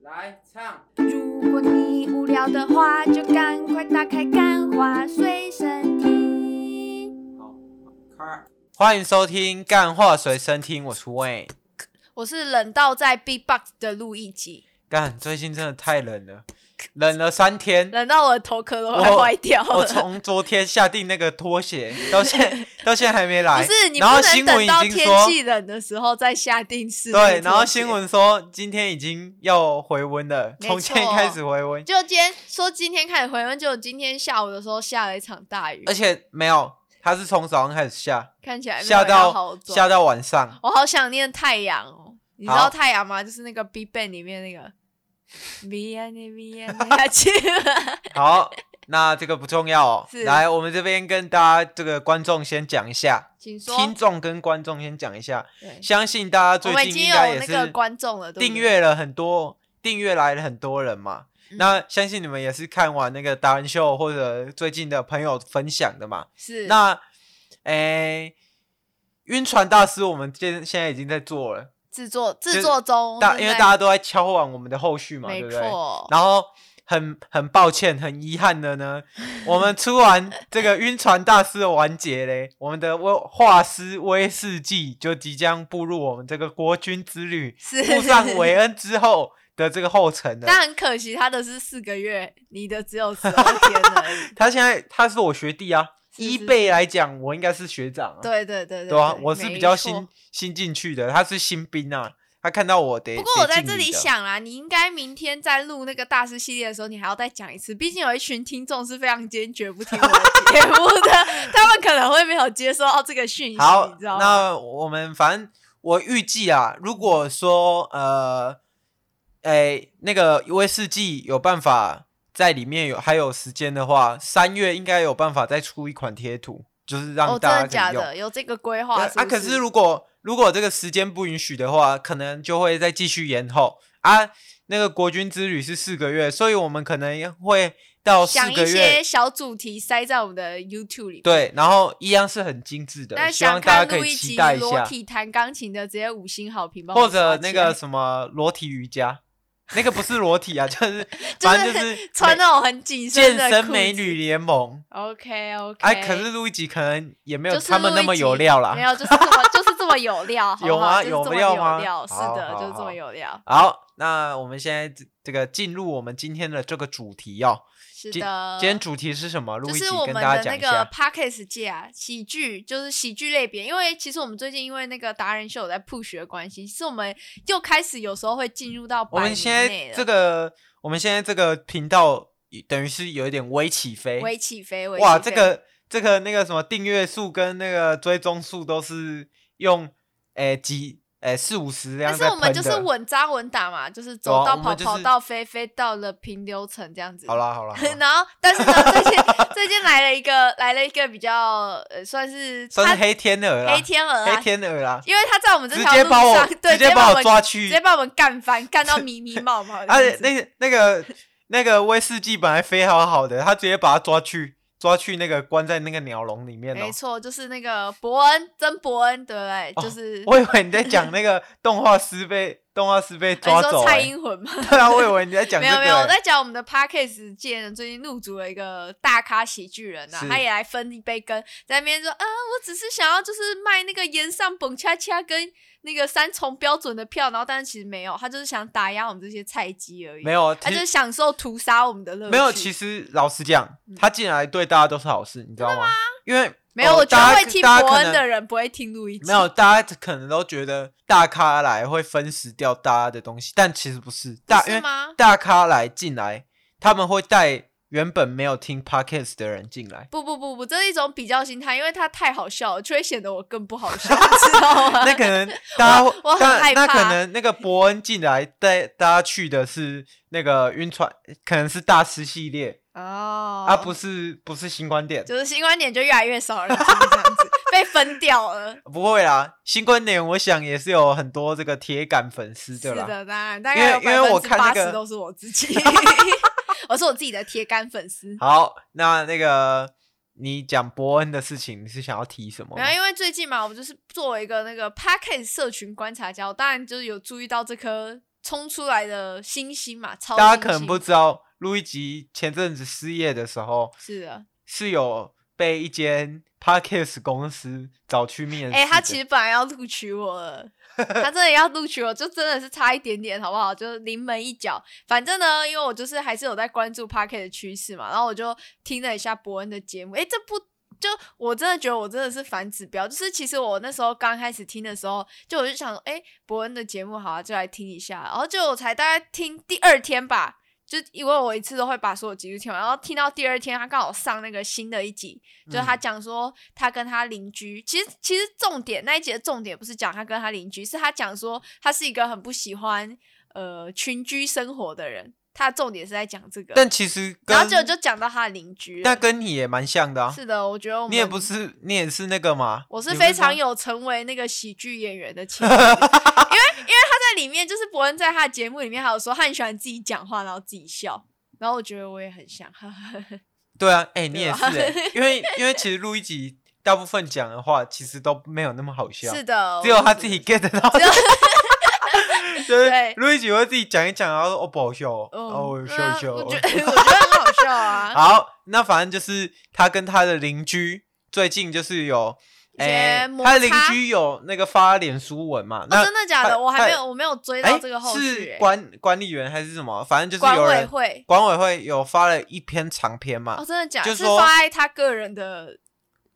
来唱。如果你无聊的话，就赶快打开《干花随身听》。好，开。欢迎收听《干话随身听》，我是 Wayne。我是冷到在 B Box 的录一集，干，最近真的太冷了，冷了三天，冷到我的头壳都快坏掉哦我了。从昨天下定那个拖鞋， 到现到现在还没来。不是你不然后能新闻等已到经天说，气冷的时候再下定式。对，然后新闻说今天已经要回温了，没从今天错开始回温，就今天说今天开始回温，就今天下午的时候下了一场大雨而，且没有，它是从早上开始下，看起来哎没有下要好到转下到晚上。我好想念太阳哦，你知好道太阳吗？就是那个 Big Bang 里面那 个 V N V N 下去。 好，那这个不重要、哦。是来，我们这边跟大家这个观众先讲一下，请说。听众跟观众先讲一下，对相信大家我最们已近经应有该也那是个观众了，对不对订阅了很多，订阅来了很多人嘛。嗯那相信你们也是看完那个达人秀或者最近的朋友分享的嘛。是那，诶，晕船大师我们现现在已经在做了，制作是制作中，大对不因为对大家都在敲完我们的后续嘛，对哦没不对？错，然后很很抱歉，很遗憾的呢，我们出完这个晕船大师的完结嘞，我们的威画师威士忌就即将步入我们这个国军之旅，是步上韦恩之后的这个后尘 了。。但很可惜，他的是四个月，你的只有十二天而已 他现在他是我学弟啊，是一是辈来讲，我应该是学长啊。对对对对对啊，对我是比没较错新新进去的，他是新兵啊，他看到我得。不过我得在敬这礼里的，想啦，你应该明天在录那个大师系列的时候，你还要再讲一次，毕竟有一群听众是非常坚决不听我的节目的， 他们可能会没有接收到这个讯息，好你，知道吗？那我们反正我预计啊，如果说呃，哎，那个威士忌有办法在里面有还有时间的话，三月应该有办法再出一款贴图，就是让哦，真大的假家可以用。的？有这个规对划啊，不可是如果如果这个时间不允许的话，可能就会再继续延后啊。那个国军之旅是四个月，所以我们可能会到四想个一些月。小主题塞在我们的 YouTube 里面。对，然后一样是很精致的，那希望想大家看可录以一期集待一裸下，体弹钢琴的，直接五星好评帮我或者刷起那来 个什么裸体瑜伽，那个不是裸体啊， 就是就反正就是是 穿美那种很紧身健的身裤美子女联盟。 OK OK，哎，可是录一集可能也没有就是他们录那一么有集料啦没。有，就是这么就是这么有 料，好不有好吗就是有这么料有吗料是好的，好就是这好么有料，好，那我们现在这这个进入我们今天的这个主题哦。是今的。今天主题是什么？录呃就一是集我跟们大的家讲那一个下。 podcast 界啊，喜剧就是喜剧类别，因为其实我们最近因为那个达人秀有在 push 的关系，是我们又开始有时候会进入到我百们年现内在了。这个，我们现在这个频道等于是有一点微起飞。微起飞，微哇，起飞这个这个那个什么订阅数跟那个追踪数都是用诶、几诶、四五十这样但是在我们喷就是的稳扎稳打嘛，就是对啊走到我们跑，就是跑到飞，飞到了平流层这样子。好啦好啦，好啦然后，但是呢，最近最近来了一个来了一个比较呃，算是算他是黑天鹅啦，黑天鹅啊黑，天鹅啦，因为他在我们这直条接路把我上，对，接把把我我们抓直去接，把我们干翻，干到迷迷冒冒的而样且子。那那个哦那个威士忌本来飞好好的，他直接把它抓去抓去那个关在那个鸟笼里面哦没。错，就是那个伯恩，曾伯恩，对不对？哦就是我以为你在讲那个动画师被动画师 被抓还走、说蔡欸，英文嘛， 对啊，我以为你在讲没这个、有没有，我欸。在讲我们的 podcast 界呢，最近入主了一个大咖喜剧人啊是，他也来分一杯羹，在那边说，啊、我只是想要就是卖那个盐上蹦恰恰跟那个三重标准的票，然后但是其实没有，他就是想打压我们这些菜鸡而已，没有，他其就是实享受屠杀我们的乐趣。嗯没有。其实老实讲，他进来对大家都是好事，你知道吗？因为没有，呃我觉得大家会听大家伯可恩能的人不会听录一集。没有，大家可能都觉得大咖来会分食掉大家的东西，但其实不是。大不因是为吗？大咖来进来，他们会带原本没有听 podcast 的人进来。不不不不，这是一种比较心态，因为他太好笑了，就会显得我更不好 笑，你知道吗？那可 能大家会我很大害那可怕能那个伯恩进来带大家去的是那个晕船，可能是大师系列，哦，啊，不是不是新观点，就是新观点就越来越少人听这样 子，被分掉了。不会啦，新观点我想也是有很多这个铁杆粉丝是的啦。的，当然，大因概为有因为百我分之看那八个十都是我自 己，我是我自己的铁杆粉丝。好，那那个你讲伯恩的事情，你是想要提什么吗？然后因为最近嘛，我就是作为一个那个 p a c k e t 社群观察家，我当然就是有注意到这颗冲出来的新星嘛，超大家新可能星不知道，路易吉前阵子失业的时候是的，是有被一间 Parkes 公司找去面试的。哎、他其实本来要录取我了，他真的要录取我，就真的是差一点点，好不好？就是临门一脚。反正呢，因为我就是还是有在关注 Parket 的趋势嘛，然后我就听了一下伯恩的节目，哎、这不。就我真的觉得我真的是反指标，就是其实我那时候刚开始听的时候，就我就想说，哎、伯恩的节目好啊，就来听一下，然后就我才大概听第二天吧，就因为我一次都会把所有集数听完，然后听到第二天他刚好上那个新的一集，就是他嗯讲说他跟他邻居，其实其实重点那一节的重点不是讲他跟他邻居，是他讲说他是一个很不喜欢呃群居生活的人，他的重点是在讲这个，但其实跟然后结果就讲到他的邻居了，但跟你也蛮像的啊。是的，我觉得我们你也不是，你也是那个嘛？我是你非常说有成为那个喜剧演员的潜力，因为因为他在里面，就是伯恩在他的节目里面还有说他很喜欢自己讲话，然后自己笑，然后我觉得我也很像，哈哈哈对啊，哎、你也吧是、欸，因为因为其实录一集大部分讲的话其实都没有那么好笑， 是的，哦 只有我他是自己 get 到只有。 就是对录一集会自己讲一讲，然后说哦不好笑哦，嗯哦我对笑啊一笑我哦。觉得 我觉得很好笑啊。 好，那反正就是他跟他的邻居最近就是有，一些哎、摩他的邻擦居有那个发脸书文嘛？那哦、真的假的？他我还没他有，我没有追哎、到这个后续、是欸。管管理员还是什么？反正就是管有委人会管委会有发了一篇长篇嘛，哦，真的假的？就是说发在他个人的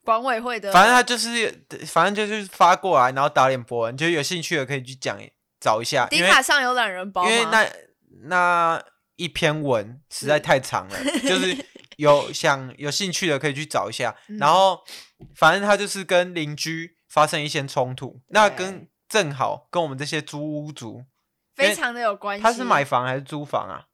管委会的，反正他就是，反正就是发过来，然后打脸博文，就有兴趣的可以去讲找一下，因迪为卡上有懒人包因为吗嗯那那一篇文实在是太长了，就是 有想有兴趣的可以去找一下。嗯然后反正他就是跟邻居发生一些冲突，那跟正好跟我们这些租屋族，因非为常的有关系。他是买房还是租房啊？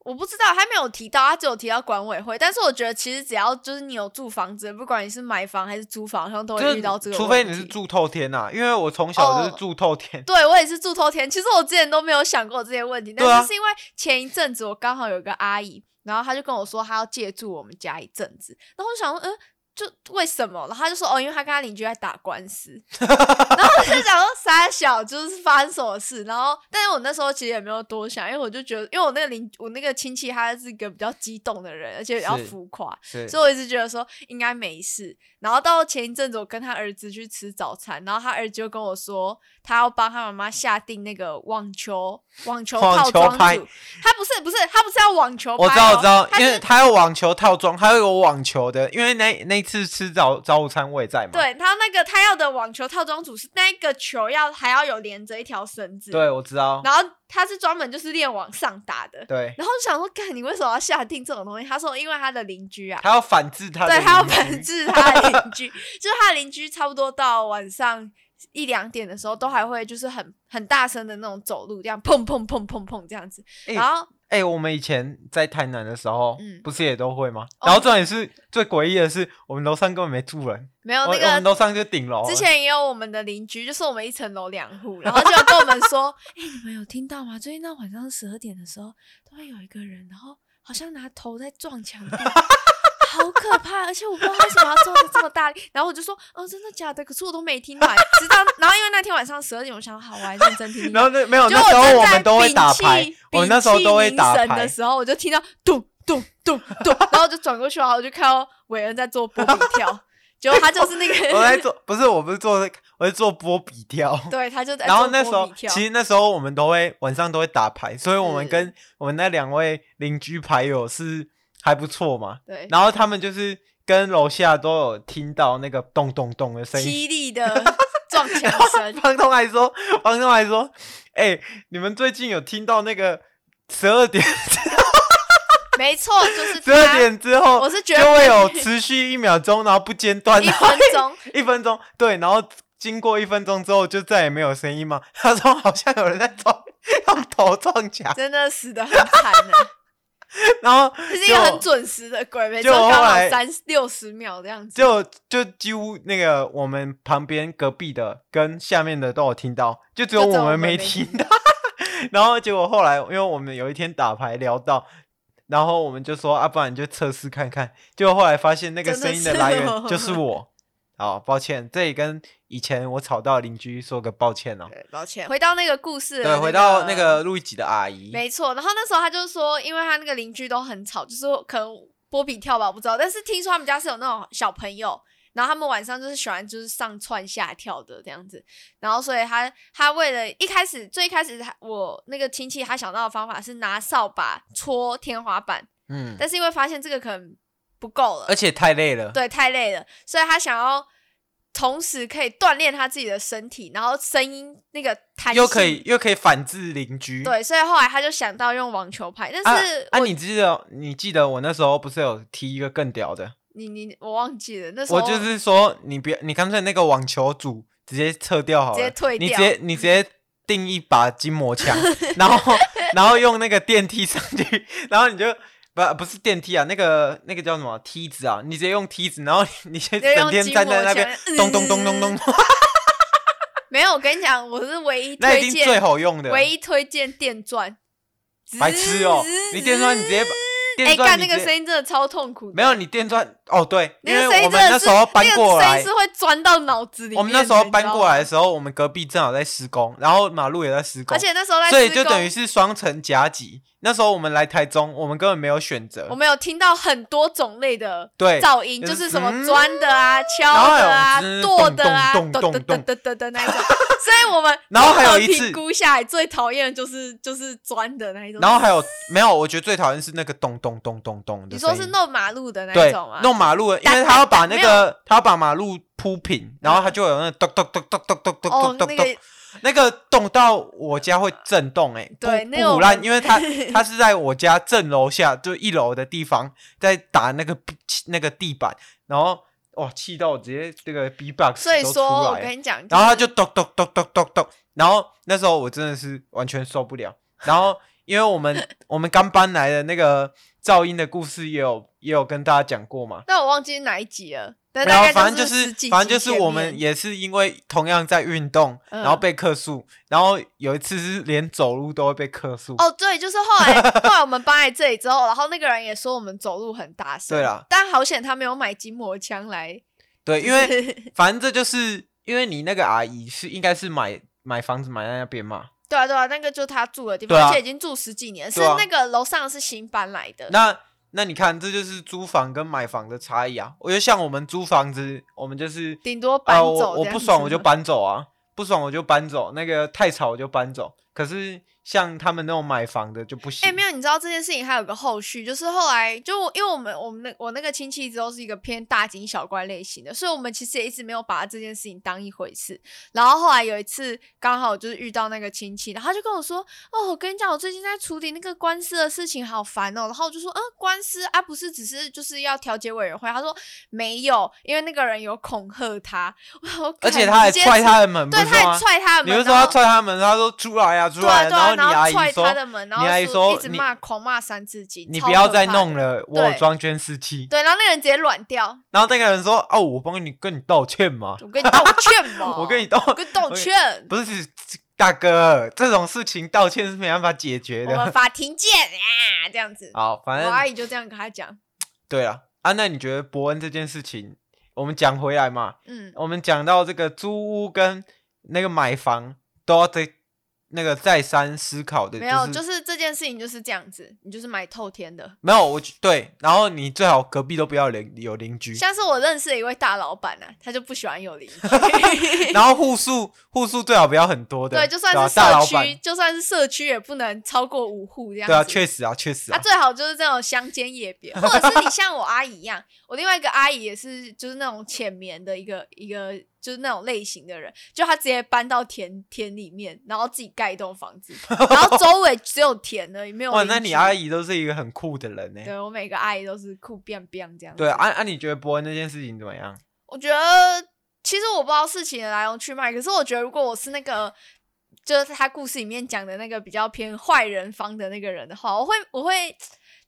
我不知道，他没有提到，他只有提到管委会。但是我觉得其实只要就是你有住房子，不管你是买房还是租房，好像都就会遇到这是个。除非你是。住透天呐、啊，因为我从小就是哦住透天。 对，我也是住透天。其实我之前都没有想过这些问题，对啊但是是因为前一阵子我刚好有个阿姨，然后她就跟我说她要借住我们家一阵子，然后我就想说，嗯，就为什么？然后她就说，哦，因为她跟她邻居在打官司， 然后我就想说，傻小，就是发生什么事？然后，但是我那时候其实也没有多想，因为我就觉得，因为我那个邻，我那个亲戚他是一个比较激动的人，而且比较是浮夸，是所以我一直觉得说应该没事。然后到前一阵子，我跟他儿子去吃早餐，然后他儿子就跟我说，他要帮他妈妈下定那个网球网球网套球装拍组。他不是不是他不是要网球拍、哦，我知道，我知道，他因是为他有网球套装，他有网球的，因为那那次吃早早餐我也在嘛。对他那个他要的网球套装组是那个球要还要有连着一条绳子，对，，我知道，然后他是专门就是练往上打的。对，然后就想说，干你为什么要下定这种东西？他说，因为他的邻居啊，他要反制他的对，邻居，他要反制他的邻居，就是他的邻居差不多到晚上一两点的时候，都还会就是很很大声的那种走路，这样砰砰砰砰砰这样子。哎然后哎、我们以前在台南的时候，嗯不是也都会吗？哦然后重点是最诡异的是，我们楼上根本没住人，没有我哦那我们个。楼上就顶楼了。之前也有我们的邻居，就是我们一层楼两户，然后就有跟我们说：“哎、你们有听到吗？最近到晚上十二点的时候，都会有一个人，然后好像拿头在撞墙壁， 好可怕！而且我不知道为什么要撞的这么大力。然后我就说，哦，真的假的？可是我都没听完，直到然后因为那天晚上十二点，我想好，我还认真听听然后那没有，就那时正候在们都会屏打气牌，我们那时候都会屏打气凝神牌的。时候，我就听到咚咚咚咚，然后我就转过去，然后我就看到韦恩在做波比跳， 结果他就是那我在个， 做，不是，我不是做，我是做波比跳。对，他就在然后做那时波候，比跳其实那时候我们都会晚上都会打牌，所以我们是跟我们那两位邻居牌友是还不错嘛。对然后他们就是跟楼下都有听到那个咚咚咚的声音。凄厉的撞墙 声，房东还说，房东还说，哎、你们最近有听到那个十 二点没错，就是十二他，点之啊后，我是觉就得会有持续一秒钟，然后不间断，一然后分钟，一分钟，对，然后经过一分钟之后就再也没有声音嘛。他说好像有人在撞，用头撞墙，真的死的很惨呢、 然后这是一个就很准时的鬼，每次就都刚后好来三六十秒这样子，就就几乎那个我们旁边隔壁的跟下面的都有听到，就只有就只有我我们们没没听听到。 然后结果后来，因为我们有一天打牌聊到，然后我们就说啊，不然你就测试看看。结果后来发现那个真的声音的是哦来源我就是我，好，抱歉，这里跟以前我吵到的邻居说个抱歉哦。对，抱歉，回到啊那个故事的、对，回到那个录一集的阿姨，没错，然后那时候他就说，因为他那个邻居都很吵，就是可能波比跳吧，我不知道。但是听说他们家是有那种小朋友，然后他们晚上就是喜欢就是上窜下跳的这样子。然后所以他他为了一开始最一开始他我那个亲戚他想到的方法是拿扫把戳天花板，嗯，但是因为发现这个可能不够了而，且太累了，对，太累了，所以他想要。同时可以锻炼他自己的身体，然后声音那个弹性又可以又可以反制邻居。对，所以后来他就想到用网球拍，啊但是啊，你记得你记得我那时候不是有提一个更屌的？你你我忘记了，那时候我就是说你别你干脆那个网球组直接撤掉好了，直接退你直掉接你直接定一把筋膜枪，然后然后用那个电梯上去，然后你就。不不是电梯啊，那个那个叫什么梯子啊？你直接用梯子，然后你你先直接整用天筋站在膜那边，枪嗯咚咚咚咚咚，没有。我跟你讲，我是唯一 那推一定最荐，好用的。唯一推荐电钻。白痴哦、你电钻你直接把哎，电钻干你那直接、个声音真的超痛苦的。没有，你电钻哦对，那因个为声音我真的们那是时候搬那个过声来音，是会钻到脑子里面的。我们那时候你知搬道过来的吗，时候，我们隔壁正好在施工，然后马路也在施工，而且那时候在所以施就等于工是双层夹击。那时候我们来台中，我们根本没有选择我，们有听到很多种类的对，噪音，就就是是什么嗯钻的啊、敲然后有的啊、吱剁的啊、咚咚咚咚咚咚咚咚咚的那一种。 所以我们然后还有综合一次评估下来，最讨厌的就是就是钻的那一种。然后还有没有？我觉得最讨厌是那个咚咚咚咚咚的你声说音。是弄马路的那一对种啊吗？，弄马路的，因为哒他要哒把那没个他要把马路铺平，然后他就有那个咚咚咚咚咚咚咚哦那咚，咚咚个那个动到我家会震动、欸，哎，对不那个不我烂，们因 为它它是在我家正楼下，就一楼的地方，在打那个那个地板，然后哇，气到我直接这个 B box 所以都说出我来了，跟你讲，然后他是就咚咚咚咚咚咚，然后那时候我真的是完全受不了，然后因为我们我们刚搬来的那个噪音的故事也有也有跟大家讲过嘛，但我忘记是哪一集了，但然大后概反正就是十几反正集就是前我面们也是因为同样在运动，然后嗯被克数，然后有一次是连走路都会被克数。哦，对，就是后 来后来我们搬来这里之后，然后那个人也说我们走路很大声，对啊啦，但好险他没有买筋膜枪来，对，就因为是 反正这就是因为你那个阿姨是应该是买买房子买在那边嘛， 对啊对啊，那个就他住的地对方，啊而且已经住十几年，是对啊那个楼上是新搬来的，那那你看这就是租房跟买房的差异啊。我就像我们租房子，我们就是顶多搬啊，走、我我不爽我就。搬走啊，不爽我就搬走，那个太吵我就搬走。可是像他们那种买房的就不行。哎、没有，你知道这件事情还有个后续，就是后来就我因为我们我们那我那个亲戚一直都是一个偏大惊小怪类型的，所以我们其实也一直没有把这件事情当一回事。然后后来有一次刚好就是遇到那个亲戚，然后他就跟我说：“哦，我跟你讲，我最近在处理那个官司的事情，好烦哦。”然后我就说：“嗯，官司啊，不是只是就是要调解委员会。”他说：“没有，因为那个人有恐吓他， 我想说而且干他还你直接踹出他的门，不对，是他吗还？踹他的你门，就说然他后踹他门，他说出来啊，出对啊来啊，对啊，后你阿踹他姨说的门，然你后阿姨说说一直你骂，狂骂三字经，你超不要可再怕弄的，了，我有对装监视器。对，然后那个人直接软掉，然后那个人说哦，我帮你跟你道歉嘛，我跟你道歉嘛， 我跟你你道，我跟你道我跟歉，不是大哥，这种事情道歉是没办法解决我们的。法庭见啊，这样子， 好，我反阿正姨就这样跟他讲，对了啊，那你觉得伯恩这件事情，我们讲回来嘛，嗯，我们讲到这个租屋跟那个买房都要得那个再三思考的，没有，是就是这件事情就是这样子，你就是买透天的。没有，我觉对，然后你最好隔壁都不要邻有邻居，像是我认识的一位大老板啊，他就不喜欢有 邻居，然后户数户数最好不要很多的，对，就算吧是大老社板区，，就算是社区也不能超过五户这样子。对啊，确实啊，确实啊，啊，最好就是这种乡间野 别，或者是你像我阿姨一样，我另外一个阿姨也是，就是那种浅眠的一个一个，就是那种类型的人，就她直接搬到田田里面，然后自己盖一栋房 子，然后周围只有田而已，没有哇，邻哦那你居阿？姨都是一个很酷的人呢、欸对啊我每个阿姨都是酷变变这样。对，，啊啊，你觉得伯恩那件事情怎么样？我觉得其实我不知道事情的来龙去脉，可是我觉得如果我是那个。就是他故事里面讲的那个比较偏坏人方的那个人的话，我会我会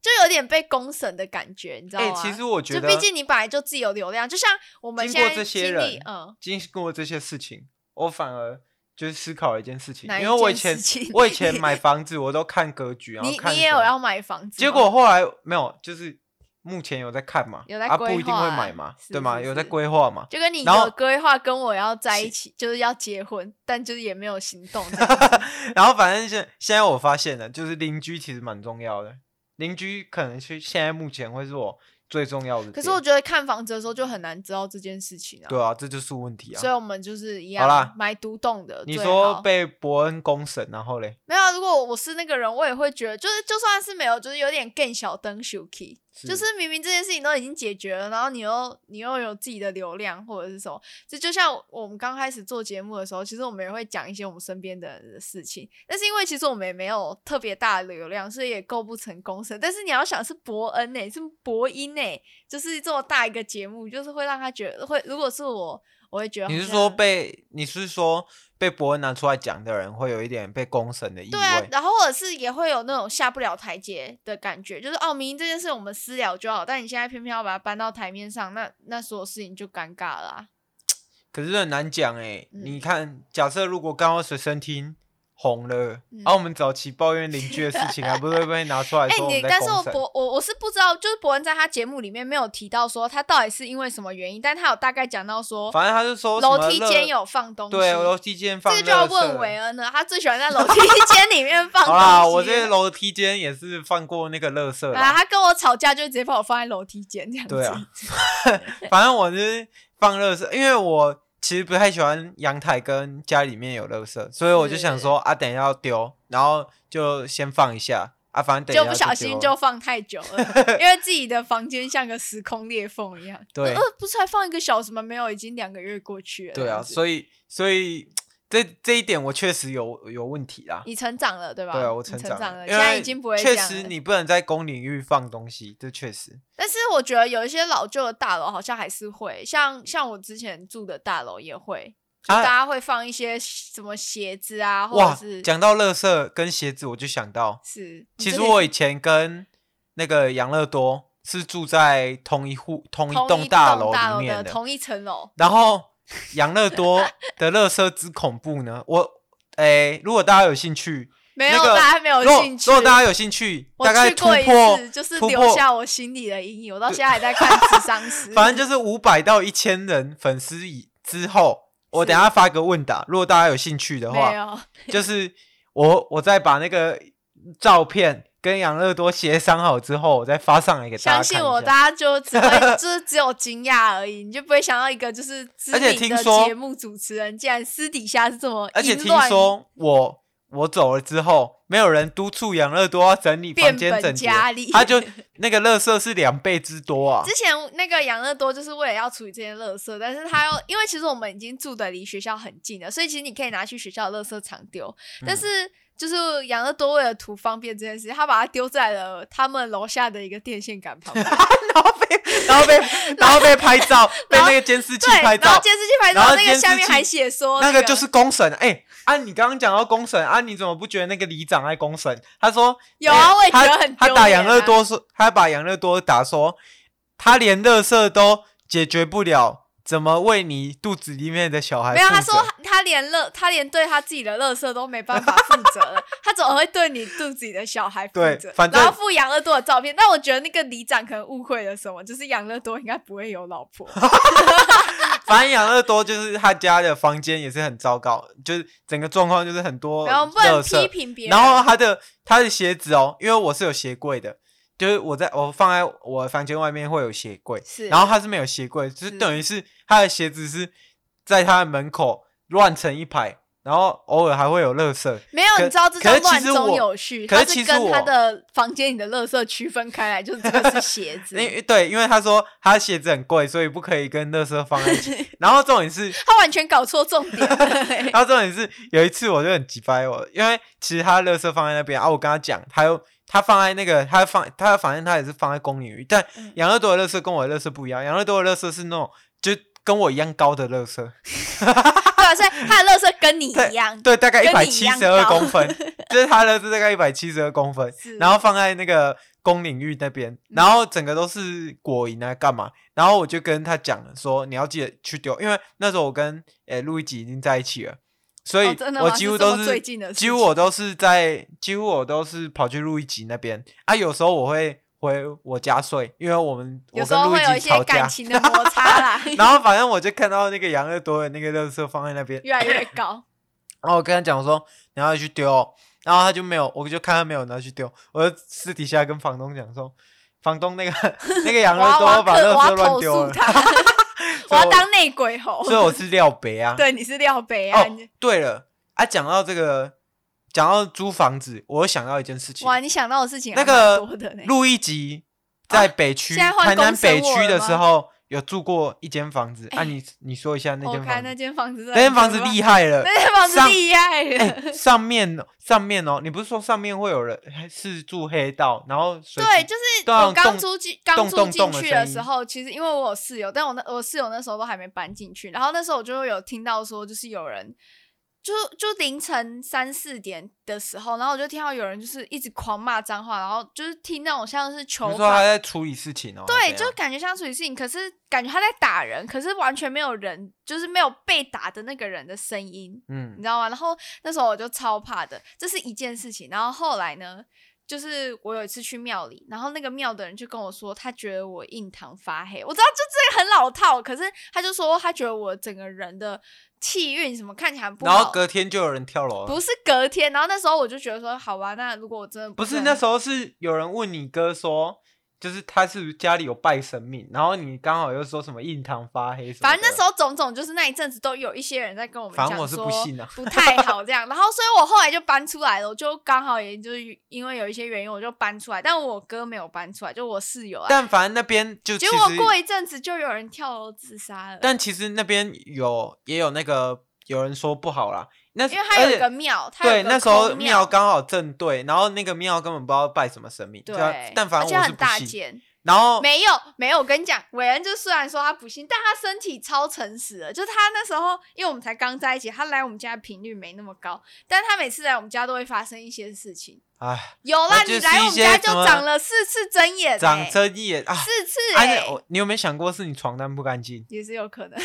就有点被公审的感觉，你知道哎、吗？其实我觉就得，毕竟你本来就自己有流量，就像我们经现过在这些经人历，嗯，经过这些事情，我反而就是思考了一件事情，哪一因为我以件前事情我 以前买房子我都看格局，然后你看你也什有么要买房子吗，结果后来没有，就是目前有在看嘛，有在啊规划不一定会买嘛，是对吗？是有在是规划嘛？就跟你然后有规划跟我要在一起，就是要结婚，但就是也没有行动这样。 然后反正现现在我发现了，就是邻居其实蛮重要的，邻居可能是现在目前会是我最重要的点。可是我觉得看房子的时候就很难知道这件事情啊。对啊，这就是问题所以啊。我们就是一好啦样买独栋的你最好。说被伯恩公审，然后嘞，没有啊？如果我是那个人，我也会觉得，就是就算是没有，就是有点更小灯 shuki，就是明明这件事情都已经解决了，然后你又你又有自己的流量或者是什么，这就像我们刚开始做节目的时候，其实我们也会讲一些我们身边的人的事情，但是因为其实我们也没有特别大的流量，所以也构不成公审。但是你要想是伯恩呢、是伯音呢、就是这么大一个节目，就是会让他觉得会，如果是我，我会觉得你好是说像被你是说被伯恩拿出来讲的人会有一点被公审的意对啊味，？然后或者是也会有那种下不了台阶的感觉，就是哦，明明这件事我们私了就好，但你现在偏偏要把它搬到台面上，那那所有事情就尴尬了、啊。可是很难讲哎、嗯你看，假设如果刚刚随身听红了，嗯啊，我们早期抱怨邻居的事情，还不是被拿出来 哎、说我你们在但是公我审？伯我我是不知道，就是伯恩在他节目里面没有提到说他到底是因为什么原因，但他有大概讲到说反正他就说什么楼梯垃间有放东西，对楼梯间放这个就要垃圾问韦恩了，他最喜欢在楼梯间里面放东好西。啦，我这楼梯间也是放过那个垃圾啊，啦。他跟我吵架就直接把我放在楼梯间这样子。对啊， 反正我就是放垃圾，因为我其实不太喜欢阳台跟家里面有垃圾，所以我就想说啊，等一下要丢，然后就先放一下啊，反正等一下就不小心丢就放太久了，因为自己的房间像个时空裂缝一样。 对呃，不是还放一个小时吗？没有，已经两个月过去了。对啊，以所以所以这这一点我确实有有问题啦。你成长了，对吧？对啊，我你成长了，因现在为已经不会这确样实，了你不能在公领域放东西，这确实。但是我觉得有一些老旧的大楼好像还是会，像像我之前住的大楼也会，就啊大家会放一些什么鞋子啊，或者哇是，哦讲到垃圾跟鞋子，我就想到，是。你其实之前我以前跟那个养乐多是住在同一户、同同一一栋栋大楼楼里面的的。同一层楼，然后养乐多的乐色之恐怖呢，我诶，如果大家有兴趣，没有那个大家没有如果兴趣。如果大家有兴趣，我大概去突过一破次，就是突留破，下我心里的阴影，我到现在还在看智商师。 反正就是五百到一千人粉丝以之后，我等一下发个问答，如果大家有兴趣的没话，有， 就是我我再把那个照片。跟养乐多协商好之后，我再发上来给大家相看信一我，下大家就只会 就是只有惊讶而已，你就不会想到一个就是知而且名听的说节目主持人竟然私底下是这么而且淫听乱说我我走了之后，没有人督促养乐多要整理变房间整本洁，加厉。他就那个垃圾是两倍之 多啊。之前那个养乐多就是为了要处理这些垃圾，但是他又 因为其实我们已经住的离学校很近了，所以其实你可以拿去学校的垃圾场丢。嗯但是就是养乐多为了图方便这件事，他把它丢在了他们楼下的一个电线杆旁 边，然后被然后被然后被拍 照，被那个监视器对，拍然后照，监视器拍然照，后那监个视下面器还写说那个个就是公审。哎，啊，你刚刚讲到公审啊，你怎么不觉得那个里长在公审？他说有啊哎我也觉得他很他丢打脸养乐啊多说，他把养乐多打说，他连垃圾都解决不了，怎么为你肚子里面的小孩没有，负他说责他他连乐，他连对他自己的垃圾都没办法负责了，他总会对你肚子里的小孩负对责，反正然后附养乐多的照片。但我觉得那个里长可能误会了什么，就是养乐多应该不会有老婆，反正养乐多就是他家的房间也是很糟糕，就是整个状况就是很多然后不能垃圾批。评别人。然后他的他的鞋子哦，因为我是有鞋柜的，就是我在我放在我房间外面会有鞋柜，是，嗯然后他是没有鞋柜，就是是等于是他的鞋子是在他的门口乱成一排，然后偶尔还会有垃圾。没有，可你知道这可叫是其乱实中我有序，可是他其实跟他我的房间里的垃圾区分开来，就是这个是 鞋子因。为对，因为他说他的鞋子很贵，所以不可以跟垃圾放在一起。 然后重点 是，他完全搞错重 点了然后重点是有一次我就很急掰我，因为其实他的垃圾放在那边啊，我跟他讲，他又他放在那个他放他反正他也是放在公领域，但嗯养乐多的垃圾跟我的垃圾不一样，养乐多的垃圾是那种就跟我一样高的垃圾，对啊，所以他的垃圾跟你一样，对，大概一跟百你一七样十二高公 分，就是他的垃圾大概一百七十二公分，是嗯然后放在那个公领域那边，然后整个都是果蝇啊，干嘛？然后我就跟他讲了说，你要记得去丢，因为那时候我跟诶路易吉已经在一起了，所以哦真的我吗几是乎这么都是、最近的事几乎我都是在几乎我都是跑去路易吉那边啊，有时候我会回我家睡，因为我们我有时跟候陆会有一一起些吵感架，情 的摩擦 啦，然后反正我就看到那个养乐多的那个垃圾放在那边，越来越 高。然后我跟他讲说你要去丢哦，然后他就没有，我就看他没有拿去丢，我就私底下跟房东讲说，房东那个 那个养我乐要我多要把克垃我圾要乱投丢诉了，他， 我所以要当内鬼猴。所以我是廖北啊。 对，你是廖北啊！哦你，对了，啊，讲到这个，讲到租房子，我又想到一件事情，哇，你想到的事情还那个蛮多的呢。录一集在北区，现在换台南公北生活区了的吗时候有住过一间房子，啊哎你，你说一下那我间看房那子，间房子，那间房子厉害，害了，那间房子上厉害哎、 了。上面上面哦，你不是说上面会有人还是住黑道，然后水对，池就是对啊我刚动租进动刚租动进动的去声的音时候，其实因为我有室友，但我那我室友那时候都还没搬进去，然后那时候我就有听到说，就是有人。就就凌晨三四点的时候，然后我就听到有人就是一直狂骂脏话，然后就是听那种像是你球不是说他法，在处理事情哦？还对，是怎就样感觉像处理事情，可是感觉他在打人，可是完全没有人，就是没有被打的那个人的声音。你嗯，知道吗？然后那时候我就超怕的，这是一件事情。然后后来呢，就是我有一次去庙里，然后那个庙的人就跟我说，他觉得我印堂发黑。我知道就这个很老套，可是他就说他觉得我整个人的气运什么看起来很不然后好。隔天就有人跳楼了，不是隔天，然后那时候我就觉得说，好吧，那如果我真的不是很那时候是有人问你哥说，就是他是不是家里有拜神明，然后你刚好又说什么印堂发黑什么的，反正那时候种种就是那一阵子都有一些人在跟我们反讲正说我是不信啊不太好这样，然后所以我后来就搬出来了，我就刚好也就是因为有一些原因我就搬出来，但我哥没有搬出来，就我室友啊。但反正那边就结其果实过一阵子就有人跳楼自杀了，但其实那边有也有那个有人说不好啦，那因为他有一个而且庙，他有对一个那时候空庙刚好正对，然后那个庙根本不知道拜什么神明，对啊，但反而正且我是很不大信。哦间，然后没有没有，我跟你讲，伟恩就虽然说他不信，但他身体超诚实的。就是他那时候，因为我们才刚在一起，他来我们家的频率没那么高，但他每次来我们家都会发生一些事情。哎，有啦，啊你就是来我一们些家就什么长了四次针眼、欸，长针眼啊，四次啊哎、？你我你有没有想过是你床单不干净 也是有可能。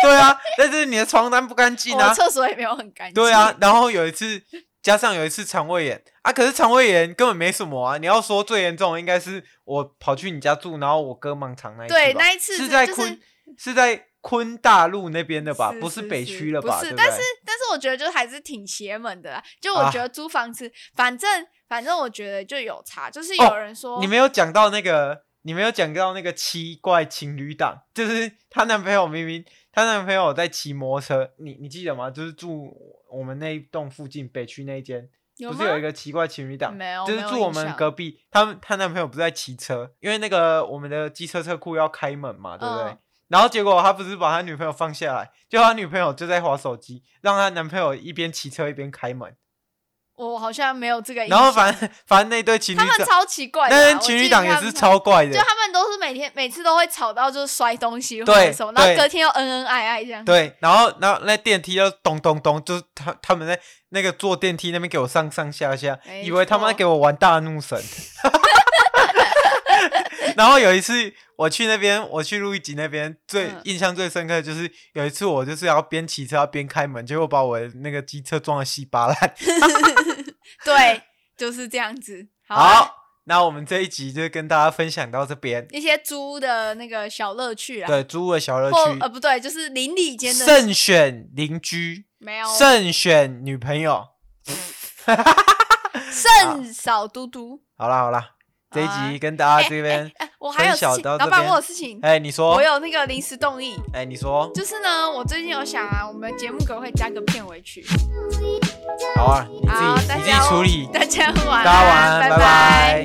对啊，但是你的床单不干净我啊，厕所也没有很干净。对啊。，然后有一次加上有一次肠胃炎啊，可是肠胃炎根本没什么啊。你要说最严重的应该是我跑去你家住，然后我割盲肠那一次吧。对，那一次是真在的昆、就是是在昆大陆那边的吧？是不是是北是区了吧？不是，对但对是但是我觉得就还是挺邪门的啦。就我啊觉得租房子，反正反正我觉得就有差，就是哦有人说、你没有讲到那个，你没有讲到那个奇怪情侣档，就是她男朋友明明她男朋友在骑摩托车，你你记得吗？就是住我们那一栋附近北区那一间，有不吗是？有一个奇怪情侣档？没有，就是没有住我印们象隔壁，她们她男朋友不是在骑车，因为那个我们的机车车库要开门嘛，对不对？嗯然后结果他不是把他女朋友放下来，就他女朋友就在划手机，让他男朋友一边骑车一边开门，我好像没有这个印然象。后反正反正那对情侣他们档，超奇怪的啦，那对我情侣记得档也他是们超怪就的，他们都是每天每次都会吵到就是摔东西或对者什么，然后对隔天又恩恩爱爱这样。 对，然后然后那电梯要咚咚咚，就是他他们在那个坐电梯那边给我上上下下，没以为他们在错给我玩大怒神。 然后有一次我去那边，我去路易吉那边，最、嗯印象最深刻的就是有一次我就是要边骑车要边开门，结果把我的那个机车撞得稀巴烂。对，就是这样子。好啊好，那我们这一集就跟大家分享到这边，一些租的那个小乐趣啦，对，租的小乐或呃趣，不对，就是邻里间的慎选邻居，没有慎选女朋友。啊甚少嘟嘟。好啦好啦，这一好啊集跟大家哎这边，哎、我还有分事享情，到老这板，边我有事情，哎，你说我，有那个临时动议，哎，你说，就是呢，我最近有想啊，我们节目可不可以加个片尾曲？好啊，你自好，己大你自家己处理，大家晚安，大家晚安，拜拜